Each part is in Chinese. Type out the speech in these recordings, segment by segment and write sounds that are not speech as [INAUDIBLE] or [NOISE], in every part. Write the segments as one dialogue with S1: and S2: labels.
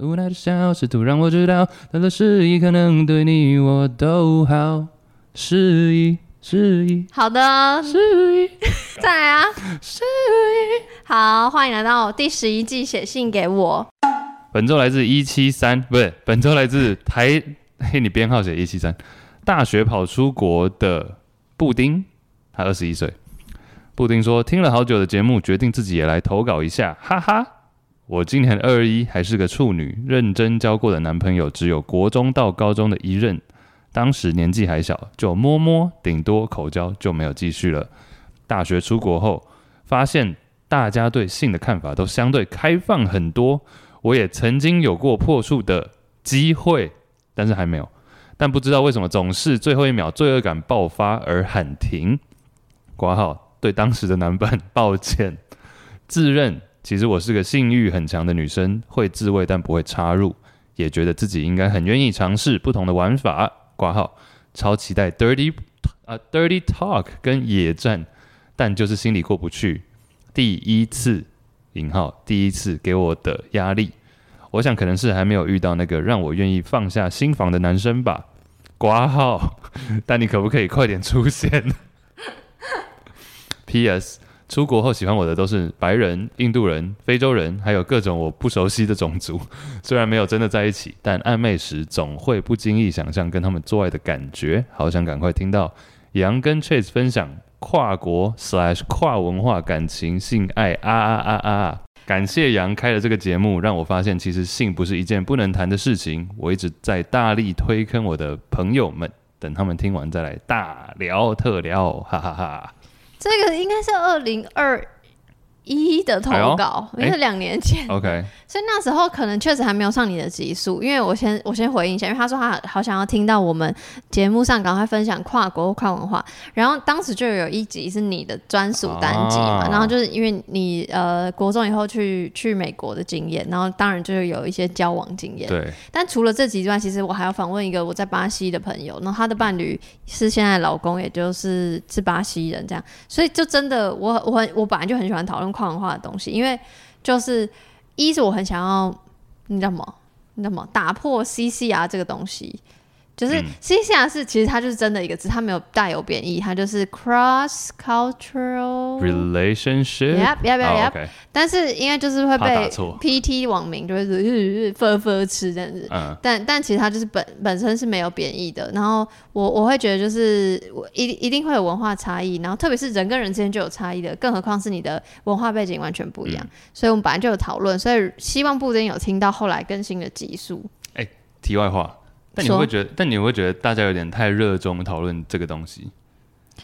S1: 无奈的笑，试图让我知道，他的示意可能对你我都好。示意，示意，
S2: 好的，
S1: 示意，
S2: [LAUGHS] 再来啊！
S1: 示意。
S2: 好，欢迎来到第十一季，写信给我。
S1: 本周来自一七三，不是，本周来自台， [LAUGHS] 嘿，你编号写一七三。大学跑出国的布丁，他二十一岁。布丁说，听了好久的节目，决定自己也来投稿一下，哈哈。我今年二一，还是个处女，认真交过的男朋友只有国中到高中的一任，当时年纪还小，就摸摸，顶多口交就没有继续了。大学出国后，发现大家对性的看法都相对开放很多。我也曾经有过破处的机会，但是还没有。但不知道为什么总是最后一秒罪恶感爆发而喊停。挂号对当时的男伴抱歉，自认其实我是个性欲很强的女生，会自慰但不会插入，也觉得自己应该很愿意尝试不同的玩法。挂号超期待 dirty 啊 dirty talk 跟野战，但就是心里过不去。第一次引号第一次给我的压力，我想可能是还没有遇到那个让我愿意放下心房的男生吧。挂号， [LAUGHS] 但你可不可以快点出现？P.S. 出国后喜欢我的都是白人、印度人、非洲人，还有各种我不熟悉的种族。虽然没有真的在一起，但暧昧时总会不经意想象跟他们做爱的感觉。好想赶快听到杨跟 Chase 分享跨国 slash 跨文化感情性爱啊啊啊啊啊！感谢杨开了这个节目，让我发现其实性不是一件不能谈的事情。我一直在大力推坑我的朋友们，等他们听完再来大聊特聊，哈哈哈！
S2: 这个应该是二零二一的投稿，
S1: 哎呦
S2: 因为是两年前，
S1: OK，
S2: 所以那时候可能确实还没有上你的集数。因为我先我先回应一下，因为他说他好想要听到我们节目上赶快分享跨国跨文化，然后当时就有一集是你的专属单集嘛，
S1: 啊
S2: 然后就是因为你呃国中以后去去美国的经验，然后当然就是有一些交往经验。
S1: 对，
S2: 但除了这集之外，其实我还要访问一个我在巴西的朋友，然后他的伴侣是现在的老公，也就是是巴西人，这样，所以就真的我我很我本来就很喜欢讨论跨文化的东西，因为就是一是我很想要，你知道吗？你知道吗？打破 CCR 这个东西，就是
S1: 嗯
S2: CCR 是其实它就是真的一个字，它没有带有贬义，它就是 cross cultural
S1: relationship，
S2: Yep, yep, yep,
S1: 哦
S2: yep.
S1: OK，
S2: 但是应该就是会
S1: 怕打
S2: 被
S1: 错
S2: PT 网民就会说日日分分吃这样子，
S1: 嗯，
S2: 但但其实它就是本本身是没有贬义的。然后我我会觉得就是我一一定会有文化差异，然后特别是人跟人之间就有差异的，更何况是你的文化背景完全不一样。所以我们本来就有讨论，所以希望布丁有听到后来更新的集数。
S1: 题外话，但你会不会觉得，但你会不会觉得大家有点太热衷讨论这个东西？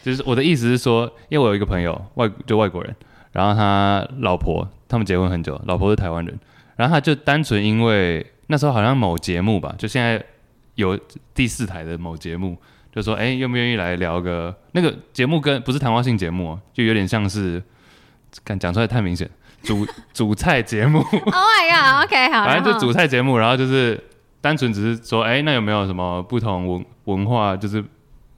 S1: 就是我的意思是说，因为我有一个朋友外就外国人，然后他老婆他们结婚很久，老婆是台湾人，然后他就单纯因为那时候好像某节目吧，就现在有第四台的某节目，就说哎，愿不愿意来聊个那个节目跟不是谈话性节目哦、就有点像是，看讲出来太明显，主 [LAUGHS] 主菜节目。
S2: oh my god！OK，、好，
S1: 反正就
S2: 然后
S1: 主菜节目，然后就是单纯只是说，哎、那有没有什么不同文文化，就是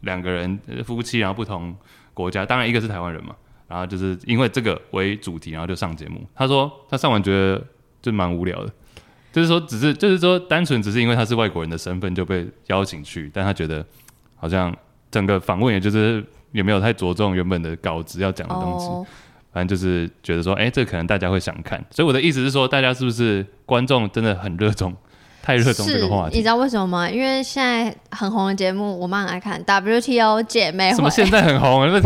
S1: 两个人呃夫妻，然后不同国家，当然一个是台湾人嘛，然后就是因为这个为主题，然后就上节目。他说他上完觉得就蛮无聊的，就是说只是就是说单纯只是因为他是外国人的身份就被邀请去，但他觉得好像整个访问也就是也没有太着重原本的稿子要讲的东西。
S2: 哦，
S1: 反正就是觉得说，哎、这可能大家会想看，所以我的意思是说，大家是不是观众真的很热衷，太热衷这个话
S2: 你
S1: 题
S2: 知？道为什么吗？因为现在很红的节目，我妈很爱看 WTO 姐妹
S1: 什
S2: 会
S1: 么，现在很红？
S2: [LAUGHS]
S1: 那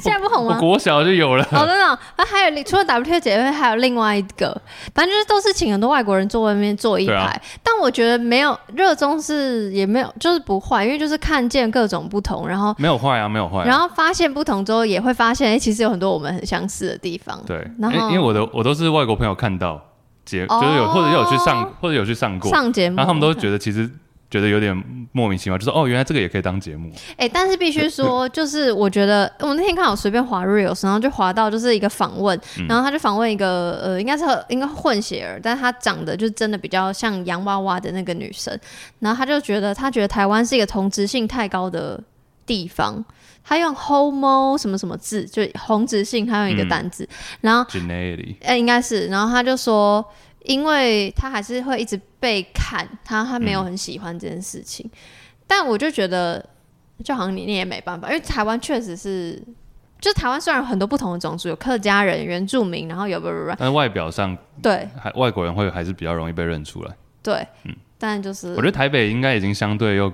S2: 现在不红
S1: 我
S2: 吗？
S1: 国小就有了。
S2: [LAUGHS] 哦，真的哦、那还有另除了 WTO 姐妹，还有另外一个，反正就是都是请很多外国人坐外面坐一排。
S1: 对啊
S2: 但我觉得没有热衷是也没有，就是不坏，因为就是看见各种不同，然后、
S1: 没有坏啊，没有坏、
S2: 然
S1: 啊。
S2: 后发现不同之后，也会发现哎、诶其实有很多我们很相似的地方。
S1: 对，因
S2: 然
S1: 为
S2: 后
S1: 因为我的我都是外国朋友看到节，
S2: 哦
S1: 就是有或者有去上或者有去上过，
S2: 上嗯节目，
S1: 然后他们都觉得其实觉得有点莫名其妙，就说哦，原来这个也可以当节目。
S2: 哎、但是必须说，就是我觉得我那天看我随便滑 reels，然后就滑到就是一个访问，然后他就访问一个呃，应该是应该混血儿，但是他长得就真的比较像洋娃娃的那个女生，然后他就觉得他觉得台湾是一个同质性太高的地方，他用 homo 什么什么字，就同质性，他用一个单字，然后呃
S1: Genetically，
S2: 哎、应该是，然后他就说，因为他还是会一直被看，他他没有
S1: 嗯
S2: 很喜欢这件事情。但我就觉得，就好像你你也没办法，因为台湾确实是，就台湾虽然有很多不同的种族，有客家人、原住民，然后有不不不，
S1: 但外表上
S2: 对
S1: 还外国人会还是比较容易被认出来。
S2: 对，但就是
S1: 嗯我觉得台北应该已经相对又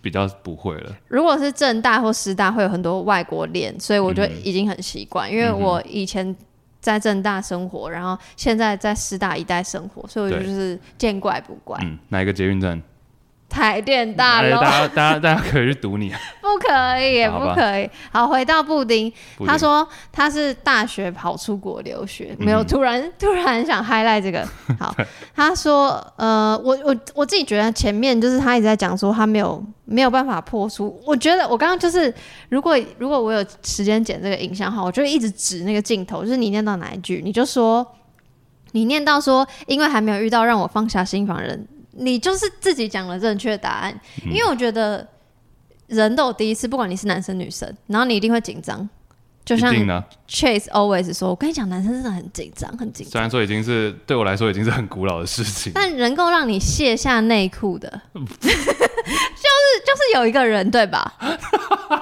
S1: 比较不会了。
S2: 如果是正大或师大会有很多外国脸，所以我就
S1: 嗯
S2: 已经很习惯，因为我以前在正大生活，然后现在在师大一带生活，所以我
S1: 对
S2: 就是见怪不怪。
S1: 嗯，哪一个捷运站？
S2: 台电大
S1: 哎
S2: 楼
S1: 大家大家大家可以去堵你。啊
S2: [LAUGHS] 不可以，
S1: 好
S2: 不
S1: 吧
S2: 可以。好，回到布丁，
S1: 不
S2: 他
S1: 行
S2: 说他是大学跑出国留学，没有
S1: 嗯
S2: 突然 [LAUGHS] 突然想 highlight
S1: [LAUGHS]
S2: 这个。好，他说呃，我我我自己觉得前面就是他一直在讲说他没有没有办法破除，我觉得我刚刚就是如果如果我有时间剪这个影像的话，我就一直指那个镜头，就是你念到哪一句，你就说你念到说因为还没有遇到让我放下心房的人，你就是自己讲了正确答案，
S1: 嗯
S2: 因为我觉得。人都有第一次，不管你是男生女生，然后你一定会紧张，就像
S1: 一定啊的，
S2: Chase always 说：“我跟你讲，男生真的很紧张，很紧
S1: 虽
S2: 张
S1: 然，说已经是对我来说已经是很古老的事情，
S2: 但能够让你卸下内裤的，就是就是有一个人，对吧？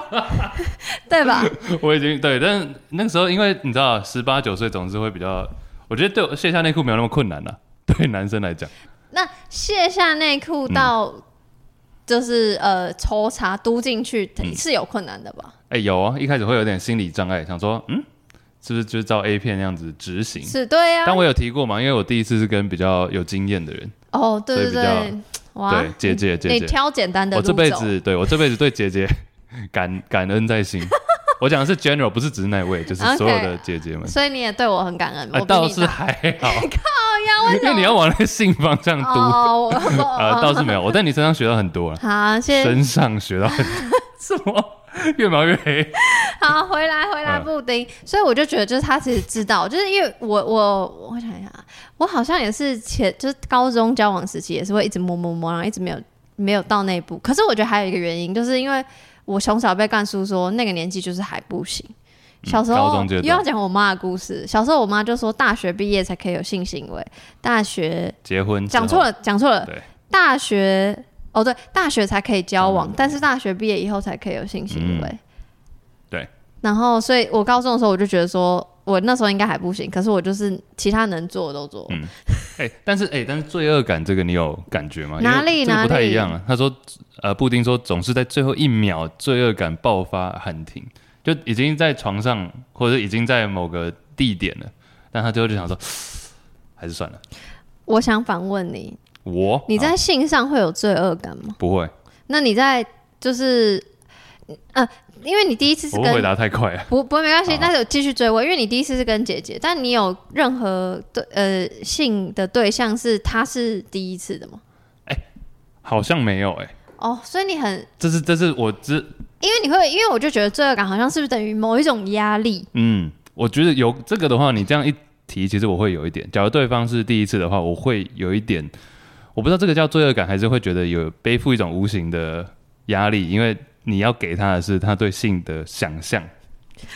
S2: [LAUGHS] 对吧？
S1: [LAUGHS] 我已经对，但那时候因为你知道，十八九岁总是会比较，我觉得对我卸下内裤没有那么困难了、啊 [LAUGHS] 对男生来讲，
S2: 那卸下内裤到就是、呃抽查嘟进去
S1: 嗯
S2: 是有困难的吧？
S1: 哎、有啊，一开始会有点心理障碍，想说，嗯，是不是就是照 A 片那样子执行？
S2: 是啊对呀、
S1: 嗯但我有提过嘛，因为我第一次是跟比较有经验的人，
S2: 哦，对对
S1: 所以比
S2: 对，哇
S1: 对，，姐姐姐
S2: 你
S1: 姐，
S2: 挑简单的
S1: 我
S2: 路
S1: 这
S2: 走，
S1: 辈子对我这辈子对姐姐感感恩在
S2: [LAUGHS]
S1: 心。我讲的是 general，不是只是那位，就是所有的姐姐们。
S2: 所以你也对我很感恩。
S1: 呃
S2: 我比
S1: 倒
S2: 你哎
S1: 是
S2: 大
S1: 还
S2: [LAUGHS]
S1: 好，因为你要往那个性方向读，
S2: 哦，
S1: [LAUGHS]
S2: 我
S1: 呃，
S2: 我
S1: 倒是没有，我在你身上学到很
S2: [LAUGHS]
S1: 多了，
S2: 好，谢谢
S1: 身上学到很
S2: [LAUGHS]
S1: 多，什么 [LAUGHS] 越描越黑，
S2: 好，回来回来，
S1: 嗯
S2: 布丁。所以我就觉得，就是他其实知道，就是因为我我我想一下啊，我好像也是前就是高中交往时期也是会一直摸摸摸，然后一直没有没有到那一步。可是我觉得还有一个原因，就是因为我从小被干叔说那个年纪就是还不行。小时
S1: 嗯高
S2: 候、
S1: 中阶
S2: 又
S1: 段
S2: 要讲我妈的故事。小时候我妈就说，大学毕业才可以有性行为。大学
S1: 结婚之后
S2: 讲错，了，讲错了
S1: 对。
S2: 大学哦，对，大学才可以交往，
S1: 嗯
S2: 但是大学毕业以后才可以有性行为。
S1: 对。
S2: 然后，所以我高中的时候我就觉得说，我那时候应该还不行，可是我就是其他能做的都做。
S1: 嗯哎，但是哎，但是罪恶感这个你有感觉吗？
S2: 哪
S1: 因
S2: 里
S1: 为这个
S2: 哪
S1: 不太
S2: 里
S1: 一样啊。他说，呃，布丁说总是在最后一秒罪恶感爆发喊停，就已经在床上或者已经在某个地点了，但他最后就想说， [SIGHS] 还是算了，
S2: 我想反问你，
S1: 我
S2: 你
S1: 啊
S2: 在性上会有罪恶感吗？
S1: 不会，
S2: 那你在就是呃，因为你第一次是
S1: 我
S2: 跟
S1: 会回答太快了。
S2: 不不没关系
S1: 好，
S2: 但是有继续追问，因为你第一次是跟姐姐，但你有任何对呃性的对象是她是第一次的吗？
S1: 好像没有哎、
S2: 哦，所以你很
S1: 这是这是我之
S2: 因为你会，因为我就觉得罪恶感好像是不是等于某一种压力？
S1: 嗯，我觉得有这个的话，你这样一提，其实我会有一点。假如对方是第一次的话，我会有一点，我不知道这个叫罪恶感，还是会觉得有背负一种无形的压力，因为你要给他的是他对性的想象。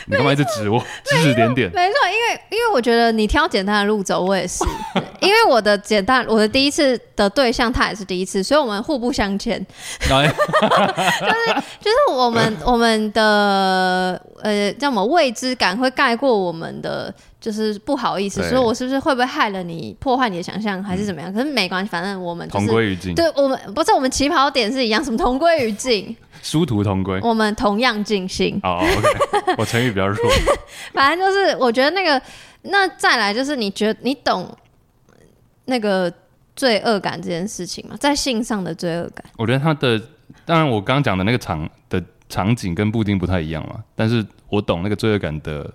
S1: 你干嘛一直指我指指点
S2: [LAUGHS]
S1: 点？
S2: 没错，因为因为我觉得你挑简单的路走，我
S1: [LAUGHS]
S2: 也是，因为我的简单，我的第一次的对象他也是第一次，所以我们互不相欠，
S1: 哎，
S2: 就是我
S1: [LAUGHS]
S2: 们我们的呃叫什么未知感会盖过我们的。就是不好意思，
S1: 对嗯
S2: 所以我是不是会不会害了你，破坏你的想象，还是怎么样？可是没关系，反正我们就
S1: 同
S2: 是
S1: 归于尽，
S2: 对我们不是我们起跑点是一样，什么同归于尽，
S1: 殊途同归。哦
S2: 我们同样尽兴。
S1: [LAUGHS] 哦，OK，我成语比较弱。
S2: 反正就是，我觉得那个，那再来就是，你觉得你懂那个罪恶感这件事情吗？在性上的罪恶感，
S1: 我觉得他的，当然我刚刚讲的那个场的场景跟布丁不太一样嘛，但是我懂那个罪恶感的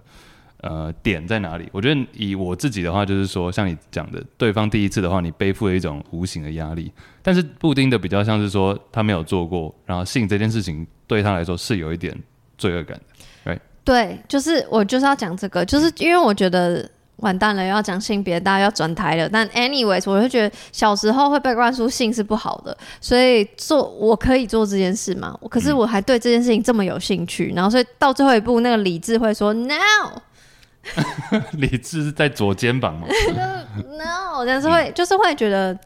S1: 呃点在哪里。我觉得以我自己的话，就是说像你讲的，呃对方第一次的话，你背负了一种无形的压力，但是布丁的比较像是说他没有做过，然后性这件事情对他来说是有一点罪恶感的。 [LAUGHS]
S2: 对，就是我就是要讲这个，就是因为我觉得。完蛋了，又要讲性别，大家要转台了。但 anyways，我就觉得小时候会被灌输性是不好的，所以做我可以做这件事嘛。我可是我还对这件事情这么有兴趣，然后所以到最后一步，那个理智会说 no，
S1: 理智是在左肩膀嘛？
S2: [LAUGHS] no，但是会、就是会觉得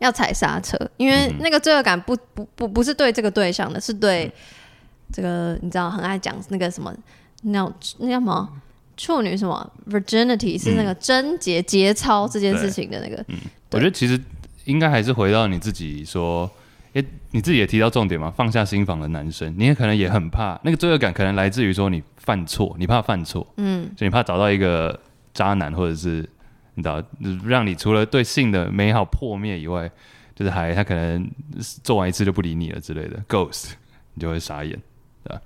S2: 要踩刹车，因为那个罪恶感不不不不是对这个对象的，是对这个你知道很爱讲那个什么那种那叫什么处女什么 virginity 是那个贞洁节操这件事情的那个，
S1: 我觉得其实应该还是回到你自己说，诶、你自己也提到重点嘛，放下心防的男生，你也可能也很怕那个罪恶感，可能来自于说你犯错，你怕犯错，嗯，所以你怕找到一个渣男，或者是你知道，就是让你除了对性的美好破灭以外，就是还他可能做完一次就不理你了之类的，ghost，你就会傻眼，对吧？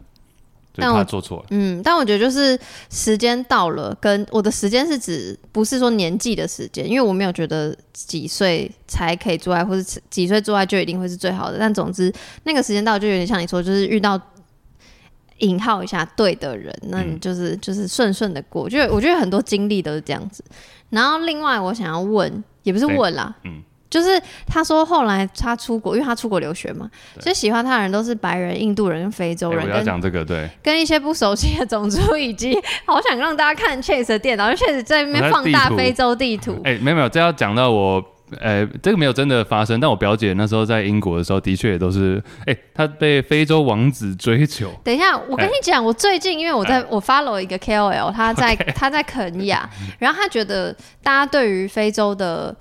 S1: 就
S2: 但我
S1: 怕做错了，
S2: 嗯，但我觉得就是时间到了，跟我的时间是指不是说年纪的时间，因为我没有觉得几岁才可以做爱，或是几岁做爱就一定会是最好的。但总之，那个时间到就有点像你说，就是遇到引号一下对的人，那
S1: 嗯
S2: 你就是、就是顺顺的过。就我觉得很多经历都是这样子。然后另外我想要问，也不是问啦，
S1: 嗯
S2: 就是他说后来他出国，因为他出国留学嘛，所以喜欢他的人都是白人、印度人跟非洲
S1: 诶哎
S2: 人，
S1: 我要
S2: 跟
S1: 讲这个，对，
S2: 跟一些不熟悉的种族，以及好想让大家看 Chase 的电脑，因为 Chase 哦在那边放大非洲地图。
S1: 哎、没有没有，这要讲到我，呃、这个没有真的发生，但我表姐那时候在英国的时候，的确也都是，哎、她被非洲王子追求，
S2: 等一下，我跟你讲，我最近因为我在
S1: 哎
S2: 我 follow 一个 KOL，
S1: [LAUGHS]
S2: 他在他在肯亚，
S1: 嗯
S2: 然后他觉得大家对于非洲的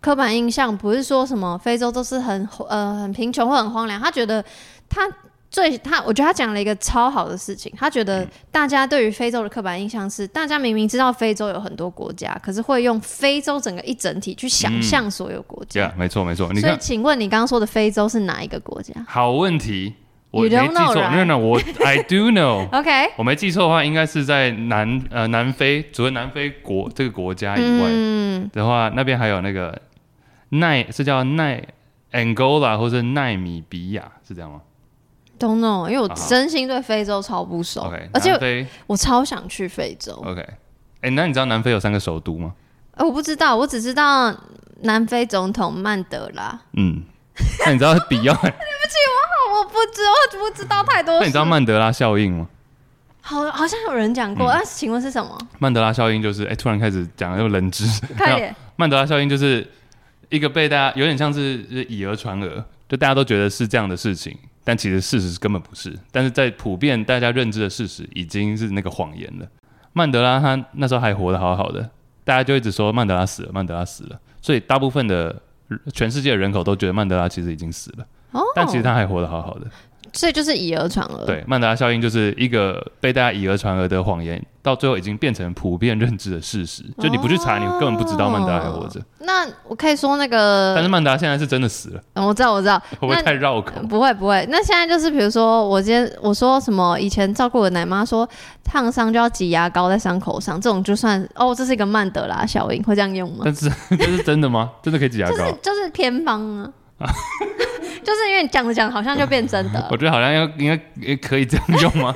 S2: 刻板印象不是说什么非洲都是很呃很贫穷或很荒凉，他觉得他最他我觉得他讲了一个超好的事情，他觉得大家对于非洲的刻板印象是，大家明明知道非洲有很多国家，可是会用非洲整个一整体去想象所有国
S1: 对、嗯
S2: 家。
S1: yeah,，没错没错，你
S2: 所以
S1: 看，，
S2: 请问你刚刚说的非洲是哪一个国家
S1: 好问题，我没
S2: You
S1: 记
S2: don't
S1: 错
S2: know, right？
S1: 没有没有，我 I do know， [LAUGHS]
S2: ？OK，
S1: 我没记错的话，应该是在南呃南非，除了南非国这个国家以外、
S2: 嗯，
S1: 的话，那边还有那个奈是叫奈 Angola 或是奈米比亚是这样吗
S2: don't know，因为我
S1: 好好
S2: 真心对非洲超不熟
S1: 啊？OK，
S2: 哦而且
S1: 南非
S2: 我超想去非洲。
S1: OK，哎、那你知道南非有三个首都吗？
S2: 呃，我不知道，我只知道南非总统曼德拉。
S1: 嗯，那你知道比
S2: [LAUGHS]
S1: 要？
S2: 啊我不知，我不知道太多。
S1: 那你知道？曼德拉效应吗？
S2: 好，好像有人讲过。
S1: 嗯
S2: 那、请问是什么？
S1: 曼德拉效应就是，哎、突然开始讲又冷知识。
S2: 快点，
S1: 曼德拉效应就是一个被大家有点像是是以讹传讹，就大家都觉得是这样的事情，但其实事实根本不是。但是在普遍大家认知的事实已经是那个谎言了。曼德拉他那时候还活得好好的，大家就一直说曼德拉死了，曼德拉死了，所以大部分的全世界的人口都觉得曼德拉其实已经死了，
S2: 哦，
S1: 但其实他还活得好好的。
S2: 所以就是以讹传讹。，
S1: 对，曼德拉效应就是一个被大家以讹传讹的谎言，到最后已经变成普遍认知的事实。就你不去查，你根本不知道曼德拉还活着。
S2: 那我可以说那
S1: 但是
S2: 个，
S1: 曼德拉现在是真的死了，
S2: 嗯我知道，我知道。
S1: 会不会
S2: 那
S1: 太绕口？
S2: 不会不会，那现在就是比如说，我今天我说什么，以前照顾我的奶妈说烫伤就要挤牙膏在伤口上，这种就算哦，这是一个曼德拉效应，会这样用吗？
S1: 但是这是真的吗？ [LAUGHS] 真的可以挤牙
S2: 就是
S1: 膏？
S2: 就是偏方
S1: [LAUGHS]
S2: 啊，就是因为你讲着讲着好像就变真的了
S1: [LAUGHS] 我。觉得好像要应该也可以这样用 [LAUGHS] 吗？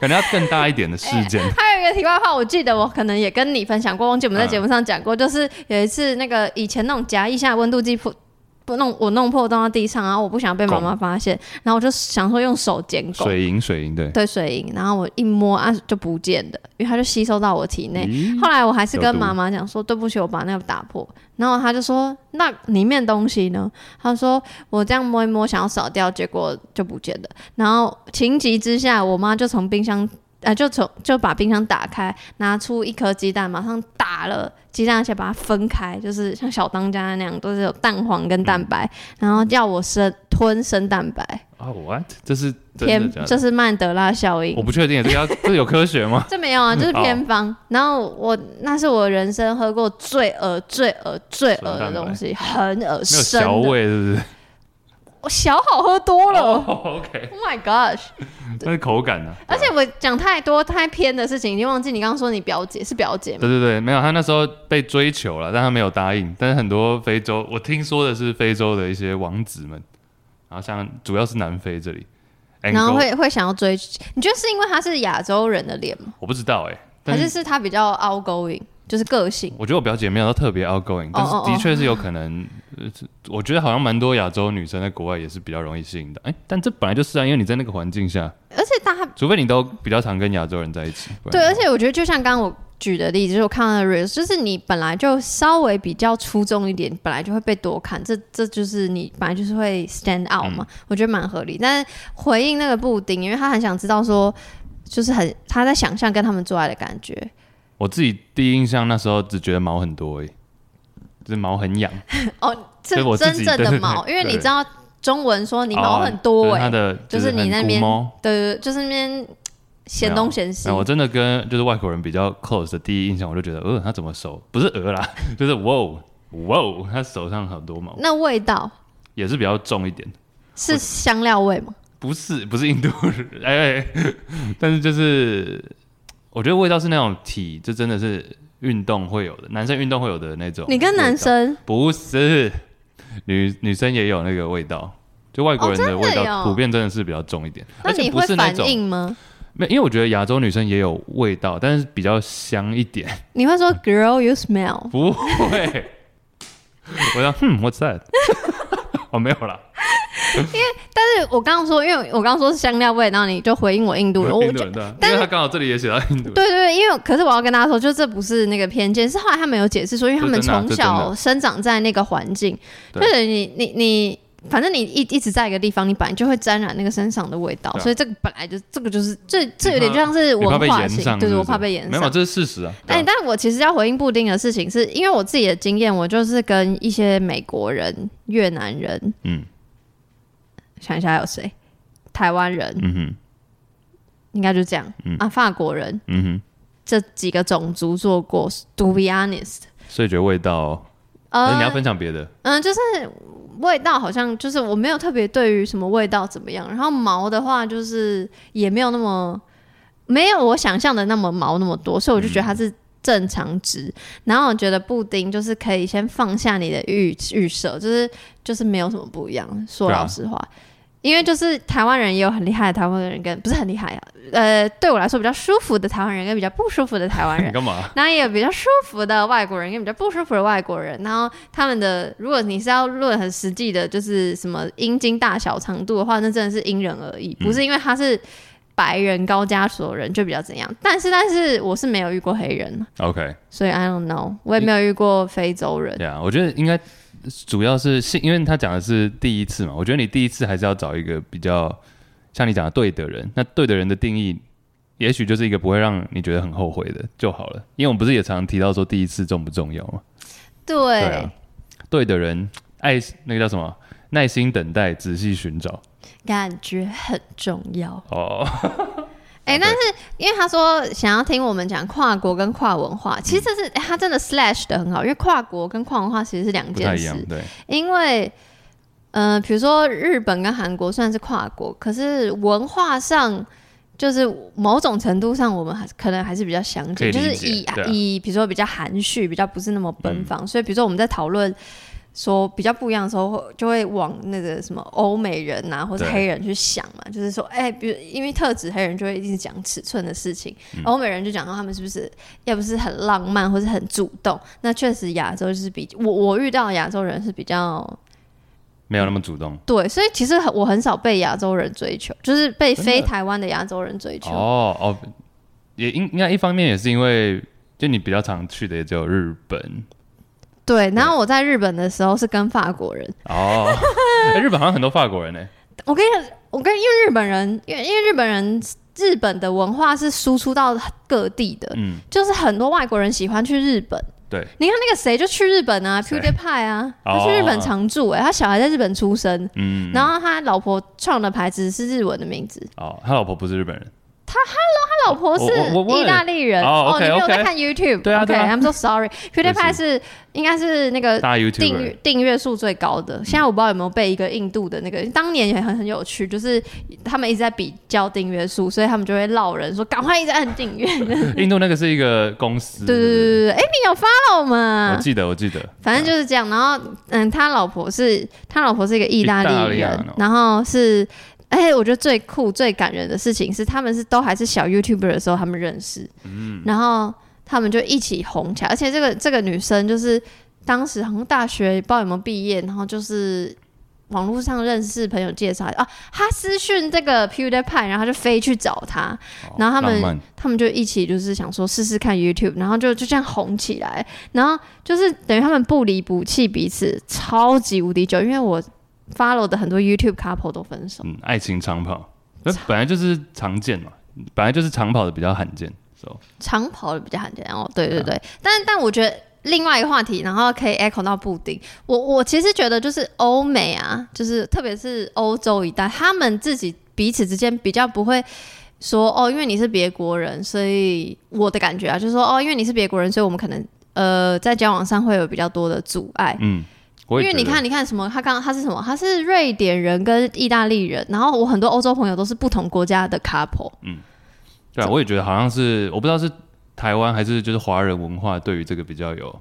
S1: 感觉要更大一点的事件。
S2: 还有一个题外话，我记得我可能也跟你分享过，忘记我们在节目上讲过，就是有一次那个以前那种夹腋下的温度计破。不弄我弄破洞到地上，然后我不想被妈妈发现，然后我就想说用手捡狗，
S1: 水银，水银，对。
S2: 对水银，然后我一摸啊就不见了，因为它就吸收到我体内。
S1: 咦
S2: 后来我还是
S1: 有
S2: 跟
S1: 毒
S2: 妈妈讲说，对不起，我把那个打破。然后她就说，那里面东西呢？她说我这样摸一摸，想要扫掉，结果就不见了。然后情急之下，我妈就从冰箱，呃，就从就把冰箱打开，拿出一颗鸡蛋，马上打了鸡蛋，而且把它分开，就是像小当家那样，都是有蛋黄跟蛋白，
S1: 嗯
S2: 然后要我生吞生蛋白，
S1: 啊、w h a t 这是真的
S2: 天
S1: 假，
S2: 这
S1: 的？
S2: 是曼德拉效应
S1: 我。不确定，这个要这有科学 [LAUGHS] 吗？
S2: 这没有啊，就是偏方。
S1: 哦
S2: 然后我那是我人生喝过最恶、最恶、最恶的东西，很恶
S1: 没有
S2: 心。
S1: 小味是不是、
S2: 我小好喝多了。
S1: 哦 o k
S2: Oh my gosh！
S1: 那是啊口感啊呢、
S2: 而且我讲太多太偏的事情，已经忘记你刚刚说你表姐是表姐吗？
S1: 对对对，没有，他那时候被追求了，但他没有答应。但是很多非洲，我听说的是非洲的一些王子们，然后像主要是南非这里，
S2: 然后
S1: Angola-
S2: 会会想要追，你觉得是因为她是亚洲人的脸吗？
S1: 我不知道哎、但
S2: 还是
S1: 是
S2: 是她比较 outgoing，就是个性？
S1: 我觉得我表姐没有到特别 outgoing，但是
S2: 哦哦
S1: 的确是有可能，呃是我觉得好像蛮多亚洲女生在国外也是比较容易吸引的。哎、但这本来就是啊，因为你在那个环境下，
S2: 而且她
S1: 除非你都比较常跟亚洲人在一起，不然
S2: 对，而且我觉得就像刚刚我举的例子，就是我看到的 reels，就是你本来就稍微比较出众一点，本来就会被多看，这这就是你本来就是会 stand out 嘛，
S1: 嗯
S2: 我觉得蛮合理。但是回应那个布丁，因为他很想知道说，就是很他在想象跟他们做爱的感觉，
S1: 我自己第一印象那时候只觉得毛很多而已，就是毛很痒，
S2: 这
S1: 所以我自己
S2: 真正
S1: 对
S2: 的
S1: 对
S2: 毛，
S1: 对
S2: 因为你知道中文说你毛
S1: 哦
S2: 很多
S1: 就是
S2: 哎、
S1: 它的
S2: 就是你
S1: 很
S2: 那
S1: 古
S2: 边
S1: 猫
S2: 对对，对就是那边嫌东嫌西
S1: 那，哎我真的跟就是外国人比较 close 的第一印象，我就觉得，呃，他怎么手不是鹅啦， [LAUGHS] 就是哇哦哇哦，他手上很多毛，
S2: 那味道
S1: 也是比较重一点，
S2: 是香料味吗？
S1: 不是不是印度人，哎哎，但是就是我觉得味道是那种体，这真的是运动会有的，男生运动会有的那种味道。
S2: 你跟男生
S1: 不是女女生也有那个味道，就外国人
S2: 哦
S1: 的
S2: 真的
S1: 味
S2: 有
S1: 道普遍真的是比较重一点，
S2: 那
S1: 而且
S2: 你
S1: 不
S2: 会
S1: 是那
S2: 反
S1: 种
S2: 应吗？
S1: 没，因为我觉得亚洲女生也有味道，但是比较香一点。
S2: 你会说 “girl you smell”？
S1: 不会。我想，嗯，What's
S2: [LAUGHS]
S1: that？哦，没有啦，
S2: 但是我刚刚说，因为我刚刚说是香料味，然后你就回应我印度人，我
S1: 印度
S2: 就
S1: 人对啊，因
S2: 但
S1: 为
S2: 是
S1: 他刚好这里也写到印度人，
S2: 对对对，因为可是我要跟大家说，就这不是那个偏见，是后来他们有解释说，因为他们
S1: 这真的啊
S2: 从
S1: 这真的
S2: 小生长在那个环境，就
S1: 对
S2: 是你你你，反正你一一直在一个地方，你本来就会沾染那个身上的味道，
S1: 对啊
S2: 所以这个本来就这个就是这这有点
S1: 你怕
S2: 像是
S1: 你怕
S2: 文
S1: 被
S2: 化
S1: 延
S2: 性，
S1: 上，
S2: 对
S1: 是
S2: 对，
S1: 不
S2: 我
S1: 是
S2: 怕被延
S1: 没有，
S2: 上。
S1: 这是事实啊。对
S2: 哎，
S1: 啊
S2: 但我其实要回应布丁的事情是，因为我自己的经验，我就是跟一些美国人、越南人，
S1: 嗯
S2: 想一下还有谁，台湾人，
S1: 嗯哼
S2: 应该就这样、啊，法国人
S1: 嗯
S2: 这几个种族做过。To be honest，
S1: 哼，所以觉得味道哦，
S2: 呃
S1: 那你要分享别的，
S2: 嗯，就是味道好像就是我没有特别对于什么味道怎么样，然后毛的话就是也没有那么没有我想象的那么毛那么多，所以我就觉得它是正常值。然后我觉得布丁就是可以先放下你的预预设，就是就是没有什么不一样。说
S1: 对啊
S2: 老实话。因为就是台湾人也有很厉害的台湾人跟不是很厉害啊，呃，对我来说比较舒服的台湾人跟比较不舒服的台湾人
S1: 你，干嘛？
S2: 然后也有比较舒服的外国人，跟比较不舒服的外国人。然后他们的，如果你是要论很实际的，就是什么阴茎大小、长度的话，那真的是因人而
S1: 嗯
S2: 异，不是因为他是白人高加索人就比较怎样。但是，但是我是没有遇过黑人，
S1: OK，
S2: 所以 I don't know，我也没有遇过非洲人。
S1: 对啊，我觉得应该主要是性，因为他讲的是第一次嘛，我觉得你第一次还是要找一个比较像你讲的对的人。那对的人的定义，也许就是一个不会让你觉得很后悔的就好了。因为我们不是也常提到说第一次重不重要嘛？
S2: 对，
S1: 对啊，对的人，爱那个叫什么？耐心等待，仔细寻找。
S2: 感觉很重要。 [LAUGHS]
S1: 哦，
S2: 哎、
S1: 啊对
S2: 但是因为他说想要听我们讲跨国跟跨文化，其实这是、哎他真的 slash 的很好，因为跨国跟跨文化其实是两
S1: 不太
S2: 件
S1: 一
S2: 事
S1: 样。。对，
S2: 因为，呃，比如说日本跟韩国算是跨国，可是文化上就是某种程度上，我们还可能还是比较相
S1: 可以
S2: 近，
S1: 理
S2: 就是
S1: 解
S2: 以、
S1: 对啊
S2: 以比如说比较含蓄，比较不是那么奔放，所以比如说我们在讨论。说比较不一样的时候，会就会往那个什么欧美人啊，或者
S1: 对
S2: 黑人去想嘛，就是说，哎、比如因为特指黑人就会一直讲尺寸的事情，
S1: 嗯
S2: 欧、美人就讲到他们是不是要不是很浪漫或是很主动，那确实亚洲就是比我我遇到的亚洲人是比较
S1: 没有那么主动。
S2: 对，所以其实很我很少被亚洲人追求，就是被
S1: 真的
S2: 非台湾的亚洲人追求。
S1: 哦哦，也应应该一方面也是因为，就你比较常去的也只有日本。
S2: 对，然后我在日本的时候是跟法国人，
S1: 哦，
S2: [LAUGHS]
S1: 哎日本好像很多法国
S2: 呃
S1: 人呢、
S2: 我跟你讲，我跟因为日本人，因为因为日本人日本的文化是输出到各地的，
S1: 嗯，
S2: 就是很多外国人喜欢去日本。
S1: 对，
S2: 你看那个谁就去日本啊
S1: 谁
S2: ，PewDiePie 啊，他
S1: 哦
S2: 去日本常住、欸，他小孩在日本出生，
S1: 嗯，
S2: 然后他老婆创的牌子是日文的名字，
S1: 哦，他老婆不是日本人，
S2: 他老婆是
S1: 我我我
S2: 意大利人
S1: 哦，OK，
S2: 你没有
S1: OK
S2: 在看 YouTube？
S1: 对啊对啊
S2: o k I'm so sorry。PewDiePie 是应该是那个
S1: 大
S2: 呃订阅
S1: YouTuber，嗯
S2: 订阅数最高的，现在我不知道有没有被一个印度的那个，当年也很很有趣，就是他们一直在比较订阅数，所以他们就会闹人说赶快一直按订阅。 [LAUGHS]
S1: 印度那个是一个公司，
S2: 对对啊对对对，哎、你有 follow
S1: 我
S2: 吗？
S1: 记得我记得，
S2: 反正就是这样。然后，嗯，他老婆是他老婆是一个意大
S1: 意大利
S2: 利人，
S1: 人哦
S2: 然后是，哎、我觉得最酷、最感人的事情是，他们是都还是小 YouTuber 的时候，他们认识，
S1: 嗯
S2: 然后他们就一起红起来。而且这个这个女生就是当时好像大学不知道有没有毕业，然后就是网络上认识朋友介绍啊，他私讯这个 PewDiePie，然后他就飞去找他，然后他们
S1: 哦浪漫
S2: 他们就一起就是想说试试看 YouTube，然后就就这样红起来，然后就是等于他们不离不弃彼此，超级无敌久。因为我 follow 的很多 YouTube couple 都分手，
S1: 嗯，爱情长跑，那本来就是常见嘛，本来就是长跑的比较罕见，so
S2: 长跑的比较罕见哦。对
S1: 啊
S2: 对对，但但我觉得。另外一个话题，然后可以 echo 到布丁。我我其实觉得就是欧美啊，就是特别是欧洲一带，他们自己彼此之间比较不会说哦，因为你是别国人，所以我的感觉啊，就是说哦，因为你是别国人，所以我们可能呃在交往上会有比较多的阻碍。
S1: 嗯，我
S2: 因
S1: 也
S2: 为你
S1: 觉得
S2: 看，你看什么？他刚他是什么？他是瑞典人跟意大利人，然后我很多欧洲朋友都是不同国家的 couple。
S1: 对、啊，我也觉得好像是，我不知道是台湾还是就是华人文化对于这个比较有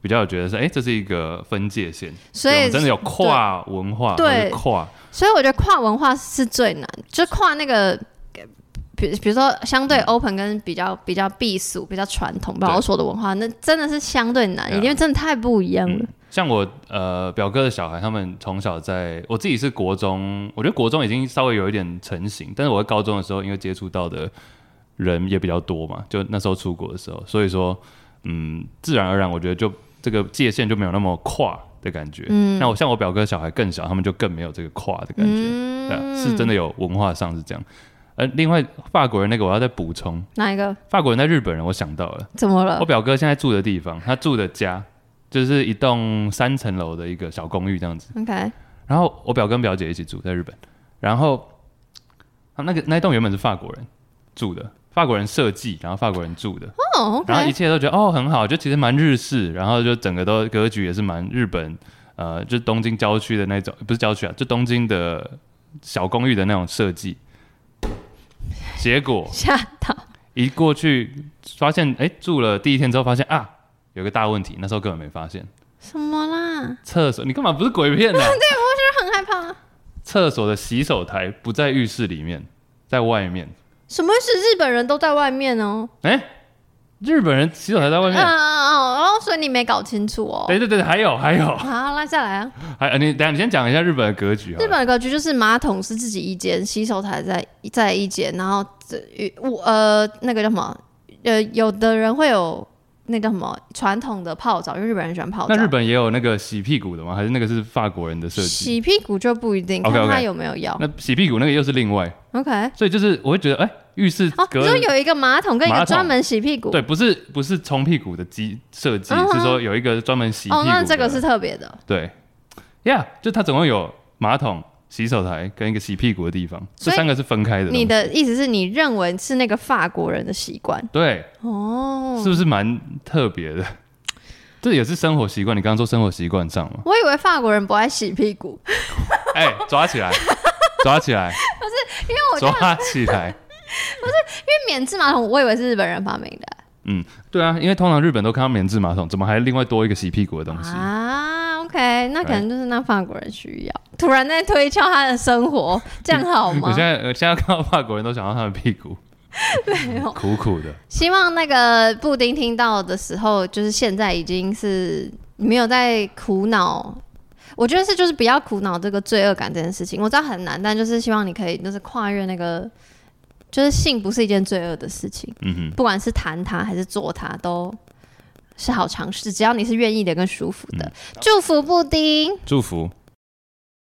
S1: 比较有觉得是，哎、这是一个分界线，
S2: 所
S1: 对我
S2: 以
S1: 们真的有跨文化，
S2: 对
S1: 或者是跨，
S2: 所以我觉得跨文化是最难，就跨那个，比比如说相
S1: 嗯
S2: 对 open 跟比较比较避俗、比较传统保守的文化，那真的是相对难，
S1: 对啊
S2: 因为真的太不一样了
S1: 嗯。，像我呃表哥的小孩，他们从小在我自己是国中，我觉得国中已经稍微有一点成型，但是我在高中的时候，因为接触到的人也比较多嘛，就那时候出国的时候，所以说嗯，自然而然我觉得就这个界限就没有那么跨的感觉。嗯，那我像我表哥小孩更小，他们就更没有这个跨的感觉，对啊、是真的有文化上是这样。呃，另外法国人那个我要再补充，
S2: 哪一个？
S1: 法国人在日本人，我想到了。
S2: 怎么
S1: 我
S2: 了？
S1: 表哥现在住的地方，他住的家就是一栋三层楼的一个小公寓这样子。
S2: ？OK，
S1: 然后我表哥跟表姐一起住在日本，然后他那个那一栋原本是法国人住的，法国人设计，然后法国人住的，
S2: 哦
S1: 然后一
S2: ，OK，
S1: 切都觉得哦很好，就其实蛮日式，然后就整个都格局也是蛮日本，呃，就东京郊区的那种，不是郊区啊，就东京的小公寓的那种设计。结果
S2: 吓到，
S1: 一过去发现，哎、住了第一天之后发现啊，有个大问题，那时候根本没发现。
S2: 什么啦？
S1: 厕所，你干嘛不是鬼片呢、啊 [LAUGHS]
S2: 就很害怕啊。
S1: 厕所的洗手台不在浴室里面，在外面。
S2: 什么是日本人都在外面哦？
S1: 哎、日本人洗手台在外
S2: 嗯
S1: 面。哎
S2: 嗯嗯，然后所以你没搞清楚哦。
S1: 对对对，还有还有
S2: 好，来再来啊！
S1: 还有你等一下你先讲一下日本的格局好了
S2: 日本的格局就是马桶是自己一间，洗手台在在一间，然后这我呃那个叫什么呃，有的人会有那叫什么传统的泡澡，因为日本人喜欢泡澡。
S1: 那日本也有那个洗屁股的吗？还是那个是法国人的设计？
S2: 洗屁股就不一定
S1: OK，
S2: 看他
S1: OK
S2: 有没有要。
S1: 那洗屁股那个又是另外，
S2: OK，
S1: 所以就是我会觉得，哎、浴室
S2: 哦，
S1: 隔、
S2: 你说有一个马桶跟一
S1: 马
S2: 个
S1: 桶
S2: 专门洗屁股，哦
S1: 对，不是不是冲屁股的机设计，
S2: 嗯哼
S1: 是说有一个专门洗屁股
S2: 哦，
S1: 的。
S2: 那这个是特别的，
S1: 对，Yeah，就它总共有马桶、洗手台跟一个洗屁股的地方，这
S2: 所以
S1: 三个是分开的东西。
S2: 你的意思是你认为是那个法国人的习惯
S1: 对，
S2: 哦？
S1: 是不是蛮特别的？这也是生活习惯，你刚刚说生活习惯
S2: [LAUGHS]？
S1: 上嘛
S2: 我以为法国人不爱洗屁股，
S1: 哎、抓起来，
S2: [LAUGHS]
S1: 抓起来，不是因为我抓起来。
S2: 因为免治马桶我以为是日本人发明的
S1: 对啊，因为通常日本都看到免治马桶，怎么还另外多一个洗屁股的东西？
S2: 啊。OK，那可能就是那法国人需要。突然在推敲他的生活，
S1: [LAUGHS]
S2: 这样好
S1: 我
S2: 吗
S1: 现？在我现在看到法国人都想要他的屁股
S2: [LAUGHS] 没有。
S1: 苦苦的，
S2: 希望那个布丁听到的时候，就是现在已经是没有在苦恼。我觉得是就是不要苦恼这个罪恶感这件事情，我知道很难，但就是希望你可以就是跨越那个，就是性不是一件罪恶的事情。
S1: 嗯哼。
S2: 不管是谈它还是做它，都
S1: 嗯
S2: 是好尝试，只要你是愿意的跟舒服的。祝福布丁，
S1: 祝福